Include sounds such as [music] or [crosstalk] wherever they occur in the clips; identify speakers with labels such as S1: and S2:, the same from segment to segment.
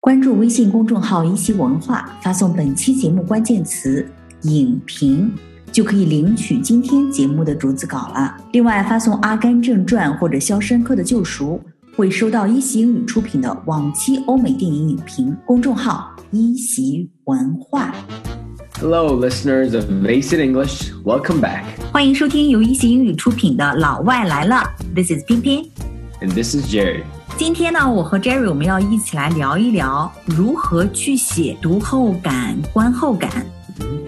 S1: 关注微信公众号“一席文化”，发送本期节目关键词“影评”，就可以领取今天节目的逐字稿了。另外，发送《阿甘正传》或者《肖申克的救赎》，会收到一席英语出品的往期欧美电影影评。公众号“一席文化
S2: Hello, listeners of Acid English. Welcome back. ”，
S1: 欢迎收听由一席英语出品的《老外来了》，This is 冰冰。
S2: And this is Jerry.
S1: 今天呢，我和 Jerry 我们要一起来聊一聊如何去写读后感、观后感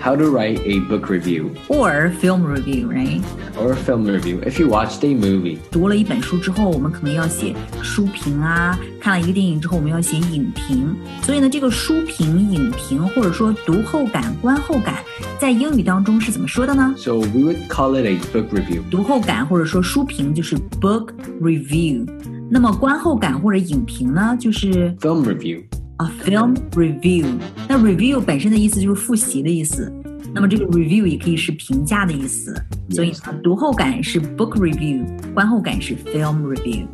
S2: How to write a book review
S1: or film review，right？
S2: or a film review if you watched a movie.
S1: 读了一本书之后，我们可能要写书评啊；看了一个电影之后，我们要写影评。所以呢，这个书评、影评或者说读后感、观后感，在英语当中是怎么说的呢？
S2: So we would call it a book review.
S1: 读后感或者说书评就是 book review，那么观后感或者影评呢，就是
S2: Film review.
S1: a film review。那 review 本身的意思就是复习的意思，那么这个 review 也可以是评价的意思。所以呢，读后感是 book review，观后感是 film review。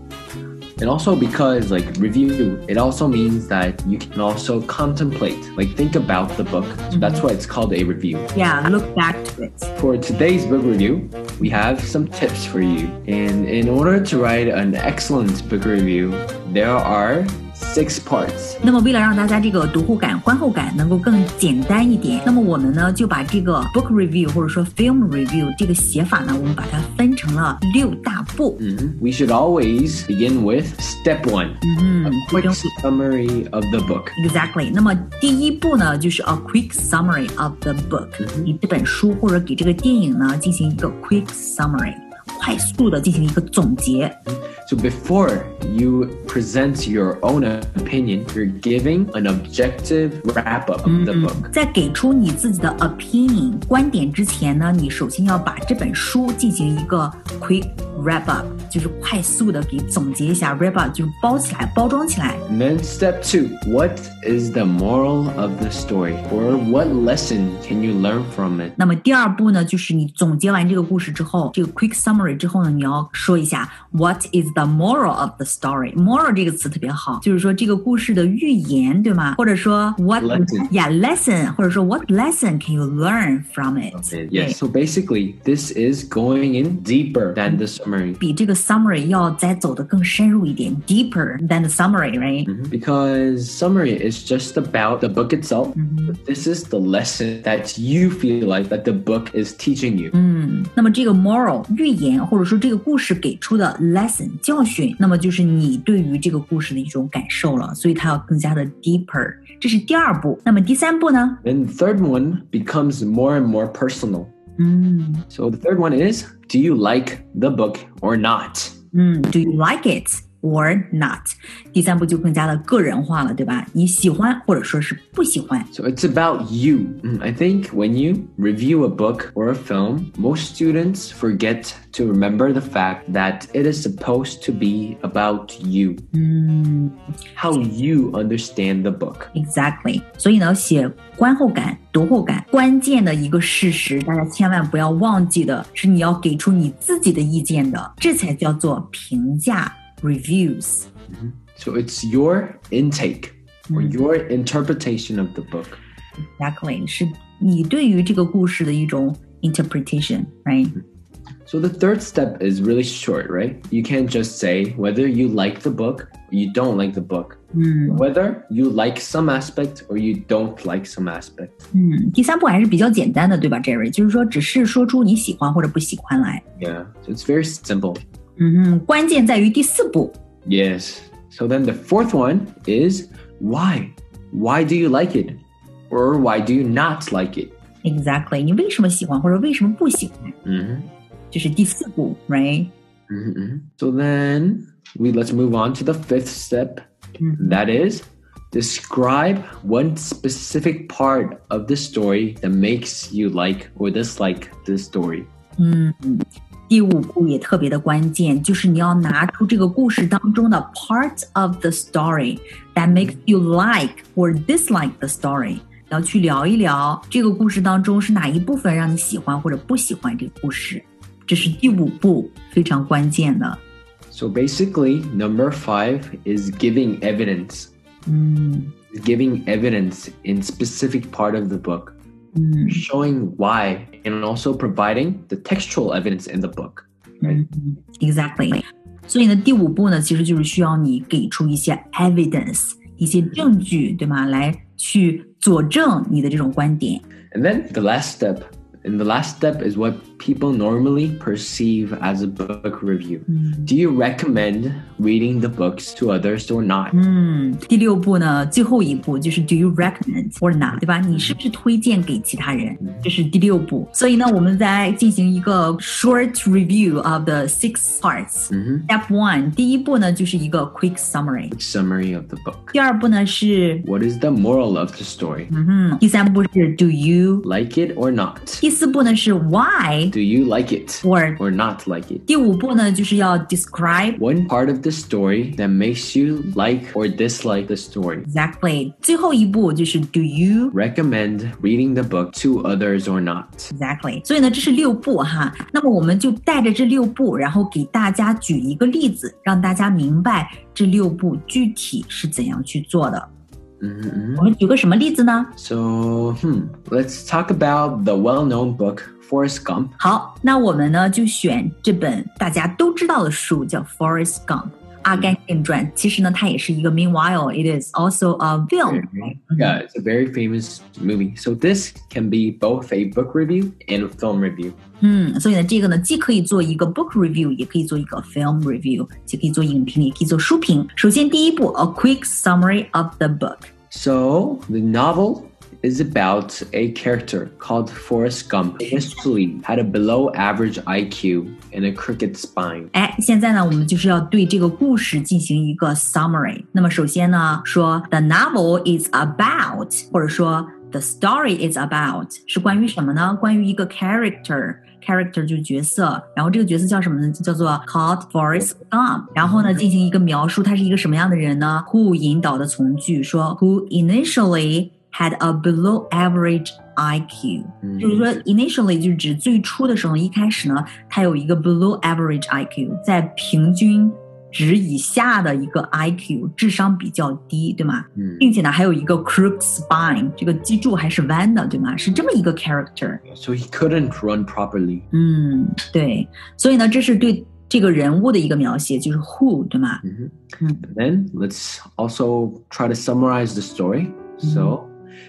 S2: And also because like review, it also means that you can also contemplate, like think about the book. So that's why it's called a review.
S1: Yeah, look back to it.
S2: For today's book review, we have some tips for you. And in order to write an excellent book review, there are six parts.
S1: 那么，为了让大家这个读后感、观后感能够更简单一点，那么我们呢就把这个 book review 或者说 film review 这个写法呢，我们把它分成了六大步。
S2: Mhm. We should always begin with step one
S1: 嗯
S2: a
S1: 其
S2: quick
S1: 中
S2: summary of the book.
S1: Exactly。那么第一步呢，就是 a quick summary of the book，以这本书或者给这个电影呢进行一个 quick summary，快速的进行一个总结。
S2: So before you present your own opinion, you're giving an objective wrap up of the book.
S1: 在给出你自己的 opinion 观点之前呢，你首先要把这本书进行一个 quick wrap up，就是快速的给总结一下，wrap up 就是包起来、包装起来。
S2: And then step two, what is the moral of the story? Or what lesson can you learn from it?
S1: 那么第二步呢，就是你总结完这个故事之后，这个 quick summary 之后呢，你要说一下 what is the moral of the story。moral 这个词特别好，就是说这个故事的寓言，对吗？或者说 what
S2: Lesson
S1: yeah lesson，或者说 what lesson can you learn from it？、
S2: And
S1: 对
S2: yes. So basically, this is going in deeper than the summary
S1: 比这个 summary 要再走得更深入一点，deeper than the summary，right？
S2: because summary is just about the book itself. But This is the lesson that you feel like that the book is teaching you.
S1: 嗯，那么这个 moral 寓言或者说这个故事给出的 lesson 教训，那么就是你对于这个故事的一种感受了，所以它要更加的 deeper，这是第二步。那么第三步呢？
S2: Then the third one becomes more and more personal.
S1: 嗯
S2: So the third one is do you like the book or not?
S1: 嗯，Do you like it or not？第三步就更加的个人化了，对吧？你喜欢或者说是不喜欢。
S2: So it's about you. Mm, I think when you review a book or a film, most students forget to remember the fact that it is supposed to be about you,
S1: 嗯
S2: how you understand the book.
S1: ，Exactly。所以呢，写观后感、读后感，关键的一个事实，大家千万不要忘记的是，你要给出你自己的意见的，这才叫做评价 （reviews）。
S2: So it's your intake or
S1: Mm.
S2: your interpretation of the book.
S1: Exactly，是你对于这个故事的一种 interpretation，right？
S2: So the third step is really short, right? You can't just say whether you like the book or you don't like the book.
S1: 嗯
S2: whether you like some aspect or you don't like some aspect.
S1: 嗯，第三步还是比较简单的，对吧，Jerry？就是说，只是说出你喜欢或者不喜欢来。
S2: Yeah. So it's very simple.
S1: 嗯哼，关键在于第四步。
S2: Yes. So then the fourth one is why? Why do you like it? Or why do you not like it?
S1: Exactly，你为什么喜欢或者为什么不喜欢，
S2: Mm-hmm.
S1: 这是第四步，right？
S2: hmm So then we let's move on to the fifth step.
S1: Mhm.
S2: That is describe one specific part of the story that makes you like or dislike the story.
S1: 嗯，第五步也特别的关键，就是你要拿出这个故事当中的 part of the story that makes you like or dislike the story。要去聊一聊这个故事当中是哪一部分让你喜欢或者不喜欢这个故事，这是第五步非常关键的。
S2: So basically, number five is giving evidence.
S1: 嗯，
S2: giving evidence in specific part of the book, showing why, and also providing the textual evidence in the book. Right?
S1: Exactly. 所以呢，第五步呢，其实就是需要你给出一些 evidence，一些证据，对吗？来去佐证你的这种观点。
S2: And then the last step. And the last step is what people normally perceive as a book review. Do you recommend reading the books to others or not?
S1: 嗯，第六步呢，最后一步就是 Do you recommend or not？对吧？你是不是推荐给其他人？这是第六步。所以呢，我们再进行一个 short review of the six parts。
S2: Mhm.
S1: Step one，第一步呢就是一个 quick summary。
S2: Summary of the book.
S1: 第二步呢是，
S2: What is the moral of the story?
S1: 嗯，第三步是 Do you？
S2: Like it or not?
S1: 第四步呢是 Why
S2: Do you like it
S1: or？
S2: or not like it?
S1: 第五步呢就是要 describe。
S2: One part of the story that makes you like or dislike the story.
S1: Exactly，最后一步就是 Do you
S2: Recommend reading the book to others or not.
S1: Exactly，所以呢，这是六步哈。那么我们就带着这六步，然后给大家举一个例子，让大家明白这六步具体是怎样去做的。
S2: Mhm, mhm.
S1: 我们举个什么例子呢？
S2: So, hmm, let's talk about the well known book, Forrest Gump.
S1: 好，那我们呢就选这本大家都知道的书，叫《Forrest Gump》阿甘正传。其实呢，它也是一个 Meanwhile it is also a film。嗯
S2: Yeah, it's a very famous movie. So, this can be both a book review and a film review.
S1: 嗯，所以呢，这个呢，既可以做一个 book review，也可以做一个 film review，既可以做影评，也可以做书评。首先，第一步，a quick summary of the book。
S2: So, the novel is about a character called Forrest Gump, who initially had a below average IQ and a crooked spine.
S1: 哎，现在呢，我们就是要对这个故事进行一个 summary。那么首先呢，说 the novel is about，或者说 the story is about，是关于什么呢？关于一个 character。character 就是角色，然后这个角色叫什么呢？就叫做 Called Forrest Gump。然后呢，进行一个描述，他是一个什么样的人呢？Who 引导的从句说 Who initially had a below average IQ，
S2: 嗯
S1: 就是说 initially 就是指最初的时候，一开始呢，他有一个 below average IQ，在平均值以下的一个 IQ，智商比较低，对吗？
S2: 嗯
S1: 并且呢，还有一个 crooked spine，这个脊柱还是弯的，对吗？是这么一个 character。
S2: So, he couldn't run properly.
S1: 嗯，对。所以呢，这是对这个人物的一个描写，就是 who，对吗？
S2: Mhm.
S1: Mm.
S2: And then let's also try to summarize the story. So,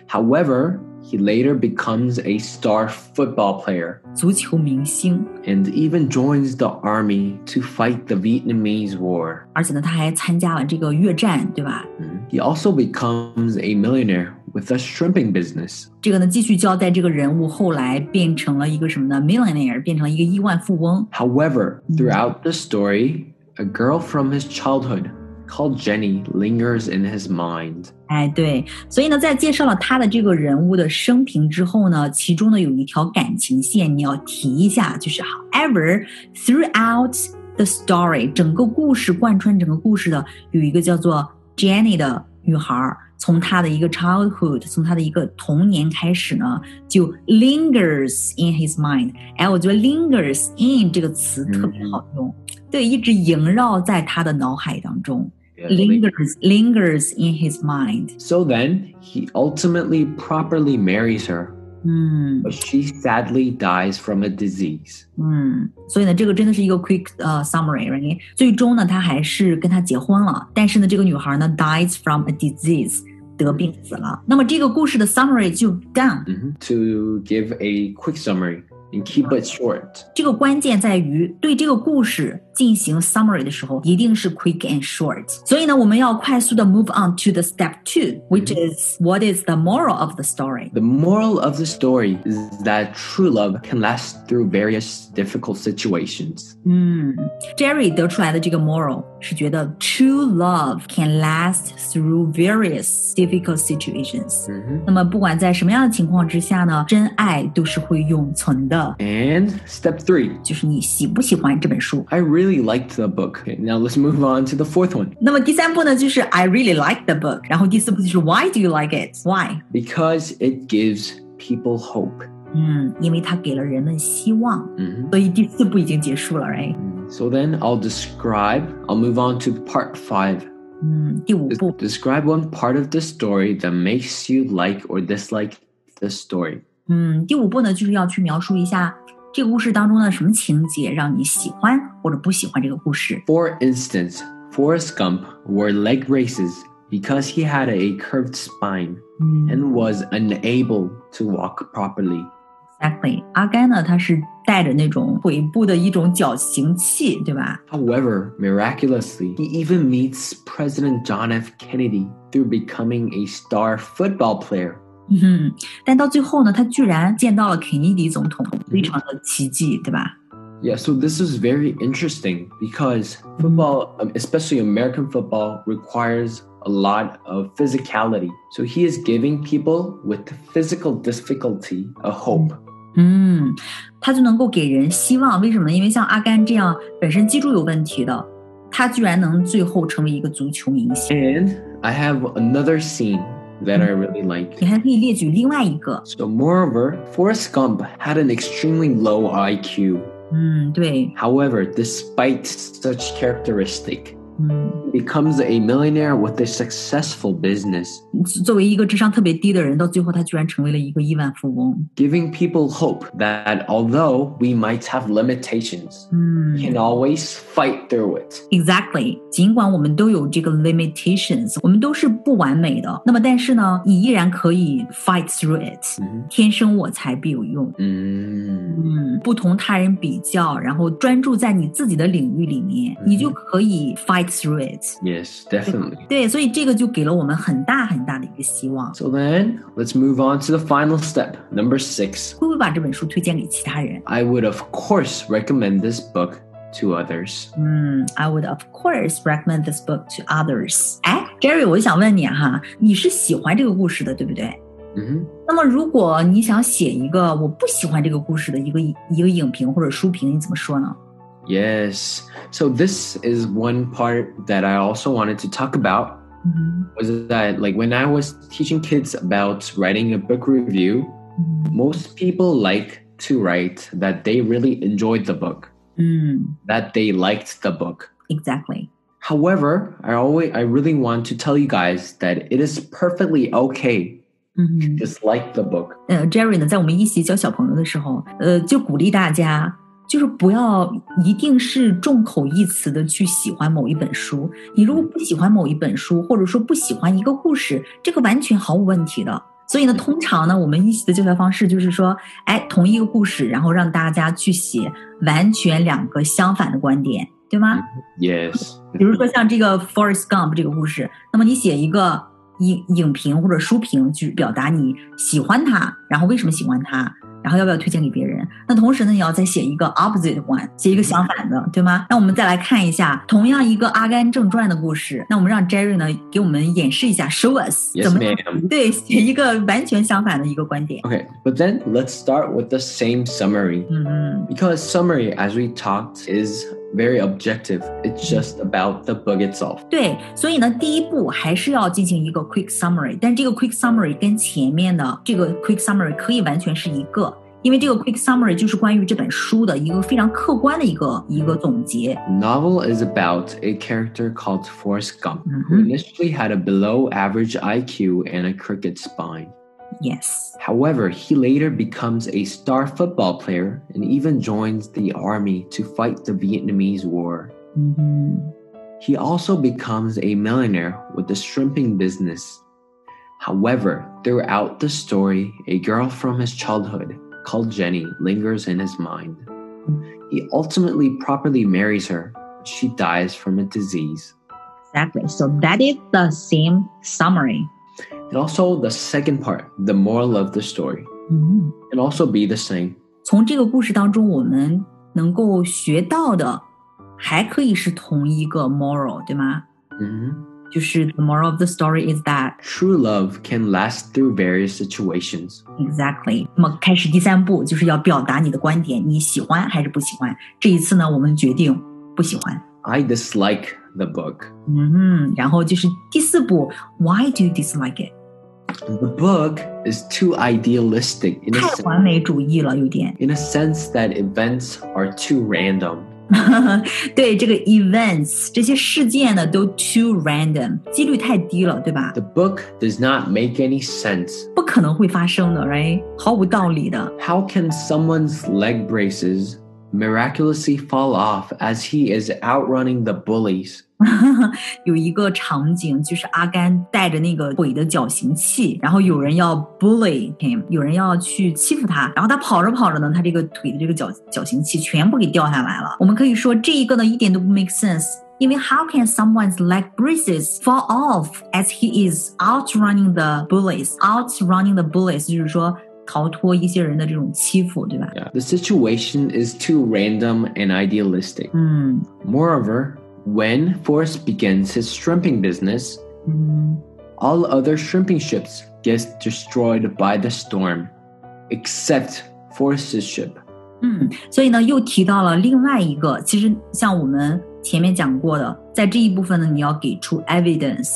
S2: however, he later becomes a star football player
S1: 足球明星，
S2: and even joins the army to fight the Vietnamese War.
S1: 而且呢，他还参加了这个越战，对吧？
S2: He also becomes a millionaire with a shrimping business.
S1: 这个呢，继续交代这个人物后来变成了一个什么呢？millionaire，变成了一个亿万富翁。
S2: However, throughout the story, a girl from his childhood called Jenny lingers in his mind.
S1: 哎，对，所以呢，在介绍了他的这个人物的生平之后呢，其中呢有一条感情线你要提一下，就是 however throughout the story，整个故事贯穿整个故事的有一个叫做 Jenny 的女孩儿，从她的一个 childhood，从她的一个童年开始呢，就 lingers in his mind。哎，我觉得 lingers in 这个词特别好用，对，一直萦绕在他的脑海当中。
S2: Yeah,
S1: lingers lingers in his mind。
S2: So then, he ultimately properly marries her
S1: 嗯
S2: but she sadly dies from a disease.
S1: 嗯，所以呢，这个真的是一个 quick 呃、summary，right？最终呢，他还是跟他结婚了，但是呢，这个女孩呢 dies from a disease，得病死了。那么这个故事的 summary 就 done。
S2: Mhm. To give a quick summary and keep it short.
S1: 这个关键在于对这个故事进行 summary 的时候，一定是 quick and short。所以呢，我们要快速的 move on to the step two，which is what is the moral of the story？
S2: The moral of the story is that true love can last through various difficult situations.
S1: 嗯，Jerry 得出来的这个 moral 是觉得 true love can last through various difficult situations。
S2: Mhm.
S1: 那么不管在什么样的情况之下呢，真爱都是会永存的。
S2: And step three,
S1: 就是你喜不喜欢这本书？
S2: I really liked the book. Okay, now let's move on to the fourth one.
S1: 那么第三步呢，就是 I really like the book。然后第四步就是 Why do you like it? Why？
S2: Because it gives people hope.
S1: 嗯，因为它给了人们希望，
S2: Mhm.
S1: 所以第四步已经结束了，right？
S2: So then I'll describe, I'll move on to part five,
S1: 嗯，第五
S2: Des-
S1: 步
S2: Describe one part of the story that makes you like or dislike the story.
S1: 嗯，第五步呢，就是要去描述一下这个故事当中的什么情节让你喜欢或者不喜欢这个故事。
S2: For instance, Forrest Gump wore leg braces because he had a curved spine
S1: 嗯
S2: and was unable to walk properly.
S1: ，exactly。阿甘呢，他是带着那种腿部的一种矫形器，对吧？
S2: However, miraculously, he even meets President John F. Kennedy through becoming a star football player.
S1: 嗯哼，但到最后呢，他居然见到了肯尼迪总统，非常的奇迹，对吧？
S2: Yeah, so this is very interesting because football, um, especially American football, requires a lot of physicality. So he is giving people with physical difficulty a hope.
S1: 嗯，他就能够给人希望，为什么呢？因为像阿甘这样本身脊柱有问题的，他居然能最后成为一个足球明星。
S2: And I have another scene that I really like.
S1: 你还可以列举另外一个，
S2: So, moreover, Forrest Gump had an extremely low IQ.
S1: 嗯，对，
S2: However, despite such characteristic,
S1: 嗯，
S2: he becomes a millionaire with a successful business,
S1: 作为一个智商特别低的人，到最后他居然成为了一个亿万富翁。
S2: giving people hope that although we might have limitations,
S1: 嗯
S2: we can always fight through it.
S1: ，exactly。尽管我们都有这个 limitations，我们都是不完美的，那么但是呢，你依然可以 fight through it。
S2: Mhm.
S1: 天生我材必有用。
S2: Mm.
S1: 嗯，不同他人比较，然后专注在你自己的领域里面，
S2: 嗯
S1: 你就可以 fight through it。
S2: Yes, definitely.
S1: 对，所以这个就给了我们很大很大的一个希望。
S2: So then, let's move on to the final step, number six.
S1: 会不会把这本书推荐给其他人？
S2: I would, of course, recommend this book to others.
S1: 嗯，I would of course recommend this book to others。哎，Jerry，我就想问你哈，你是喜欢这个故事的，对不对？
S2: Mhm.
S1: 那么如果你想写一个我不喜欢这个故事的一个一个影评或者书评，你怎么说呢？
S2: Yes. So this is one part that I also wanted to talk about
S1: 嗯
S2: was that like when I was teaching kids about writing a book review,
S1: 嗯
S2: most people like to write that they really enjoyed the book,
S1: 嗯
S2: that they liked the book.
S1: ，exactly。
S2: However, I always I really want to tell you guys that it is perfectly okay
S1: 嗯哼
S2: to dislike the book.
S1: 呃，Jerry 呢，在我们一起教小朋友的时候，呃，就鼓励大家，就是不要一定是众口一词的去喜欢某一本书。你如果不喜欢某一本书，或者说不喜欢一个故事，这个完全毫无问题的。所以呢，通常呢，我们一起的教学方式就是说，哎，同一个故事，然后让大家去写完全两个相反的观点，对吗？
S2: Yes.
S1: 比如说像这个 Forrest Gump 这个故事，那么你写一个影影评或者书评去表达你喜欢它，然后为什么喜欢它，然后要不要推荐给别人。那同时呢，你要再写一个 opposite one，写一个相反的，对吗？那我们再来看一下同样一个《阿甘正传》的故事，那我们让 Jerry 呢给我们演示一下，show us
S2: Yes,
S1: 怎么
S2: ma'am.
S1: 对写一个完全相反的一个观点。
S2: Okay, but then let's start with the same summary.
S1: 嗯
S2: Because summary, as we talked, is very objective. It's just about the book itself.
S1: 对，所以呢，第一步还是要进行一个 quick summary，但这个 quick summary 跟前面的这个 quick summary 可以完全是一个，因为这个 quick summary 就是关于这本书的一个非常客观的一个一个总结。
S2: Novel is about a character called Forrest Gump,
S1: 嗯
S2: who
S1: 哼
S2: initially had a below average IQ and a crooked spine.
S1: ，yes，
S2: However, he later becomes a star football player and even joins the army to fight the Vietnamese War.
S1: 嗯哼
S2: He also becomes a millionaire with a shrimping business. However, throughout the story, a girl from his childhood called Jenny lingers in his mind. He ultimately properly marries her, but she dies from a disease.
S1: ，exactly。So that is the same summary。
S2: And also, the second part, the moral of the story,
S1: 嗯，
S2: can also be the same.
S1: 从这个故事当中，我们能够学到的还可以是同一个 moral，对吗？
S2: Mhm.
S1: 就是 the moral of the story is that。
S2: True love can last through various situations.
S1: Exactly。那么开始第三步就是要表达你的观点，你喜欢还是不喜欢？这一次呢，我们决定不喜欢。
S2: I dislike the book.
S1: 嗯哼，然后就是第四步，Why do you dislike it？
S2: The book is too idealistic in a
S1: 太
S2: sense.
S1: 完美主义了，有点。 [laughs]
S2: in a sense that events are too random.
S1: 对这个 events 这些事件呢，都 too random，几率太低了，对吧？
S2: The book does not make any sense.
S1: 不可能会发生的，right？毫无道理的。
S2: How can someone's leg braces miraculously fall off as he is outrunning the bullies?
S1: [laughs] 有一个场景，就是阿甘带着那个鬼的绞刑器，然后有人要 bully him，有人要去欺负他，然后他跑着跑着呢，他这个腿的这个绞绞刑器全部给掉下来了。我们可以说这一个呢一点都不 make sense，因为 how can someone's leg braces fall off as he is outrunning the bullies？outrunning the bullies 就是说逃脱一些人的这种欺负，对吧？
S2: Yeah. The situation is too random and idealistic.
S1: 嗯
S2: Moreover, when Forrest begins his shrimping business,
S1: 嗯。
S2: all other shrimping ships gets destroyed by the storm, except Forrest's ship.
S1: 嗯，所以呢，又提到了另外一个，其实像我们前面讲过的，在这一部分呢，你要给出 evidence，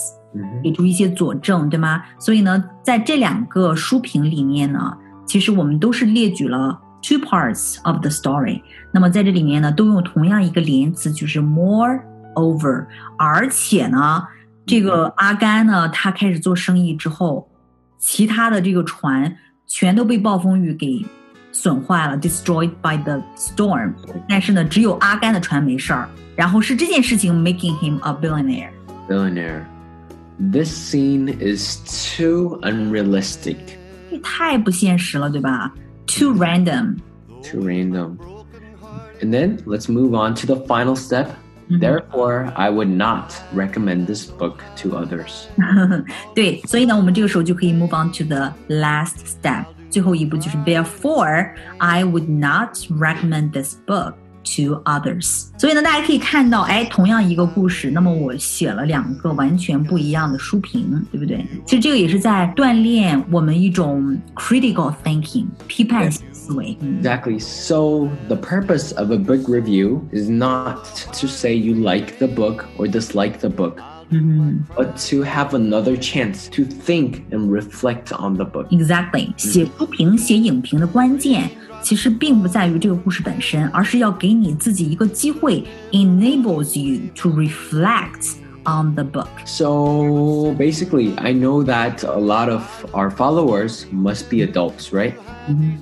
S1: 给
S2: 嗯
S1: 出一些佐证，对吗？所以呢，在这两个书评里面呢，其实我们都是列举了 two parts of the story。那么在这里面呢，都用同样一个连词，就是 moreover，而且呢，这个阿甘呢，他开始做生意之后，其他的这个船全都被暴风雨给损坏了，destroyed by the storm。但是呢，只有阿甘的船没事儿。然后是这件事情 making him a billionaire。
S2: Billionaire. This scene is too unrealistic,
S1: 这太不现实了，对吧？Too random。
S2: too random. And then let's move on to the final step.
S1: 嗯
S2: Therefore, I would not recommend this book to others.
S1: [laughs] 对，所以呢，我们这个时候就可以 move on to the last step，最后一步就是 therefore I would not recommend this book to others。所以呢，大家可以看到，哎，同样一个故事，那么我写了两个完全不一样的书评，对不对？其实这个也是在锻炼我们一种 critical thinking，批判性思维。嗯
S2: Exactly. So, the purpose of a book review is not to say you like the book or dislike the book,
S1: 嗯
S2: but to have another chance to think and reflect on the book.
S1: ，exactly。写书评、写影评的关键。其实并不在于这个故事本身，而是要给你自己一个机会，enables you to reflect on the book。
S2: So, basically, I know that a lot of our followers must be adults, right?
S1: 嗯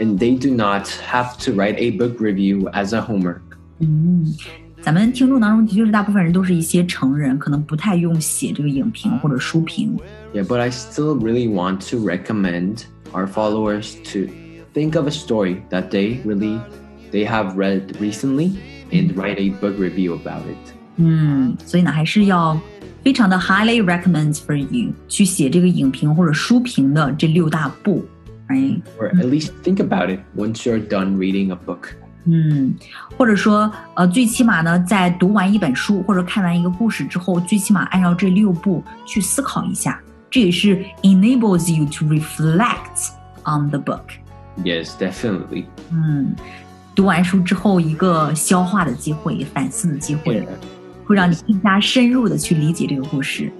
S2: And they do not have to write a book review as a homework.
S1: 嗯，咱们听众当中的确是大部分人都是一些成人，可能不太用写这个影评或者书评。
S2: Yeah, but I still really want to recommend our followers to think of a story that they really they have read recently and write a book review about it.
S1: 嗯，所以呢，还是要非常的 highly recommend for you 去写这个影评或者书评的这六大步。哎，
S2: Or at least think about it once you're done reading a book.
S1: 嗯，或者说，呃，最起码呢，在读完一本书或者看完一个故事之后，最起码按照这六步去思考一下，这也是 enables you to reflect on the book。
S2: Yes, definitely.
S1: 嗯，读完书之后一个消化的机会、反思的机会
S2: Yeah.
S1: 会让你更加深入的去理解这个故事。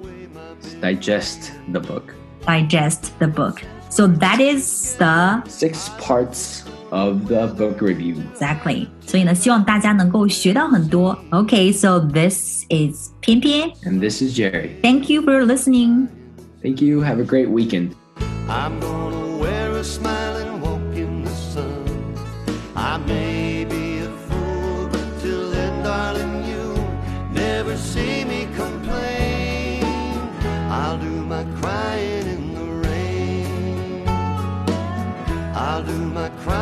S2: Digest the book.
S1: Digest the book. So that is the
S2: Six parts of the book review.
S1: exactly. 所以呢，希望大家能够学到很多。Okay, so this is 偏偏。
S2: And this is Jerry.
S1: Thank you for listening.
S2: Thank you. Have a great weekend.
S3: I'm gonna wear a smile and walk in the sun. I may be a fool, but till then, darling, you never see me complain. I'll do my crying in the rain. I'll do my crying.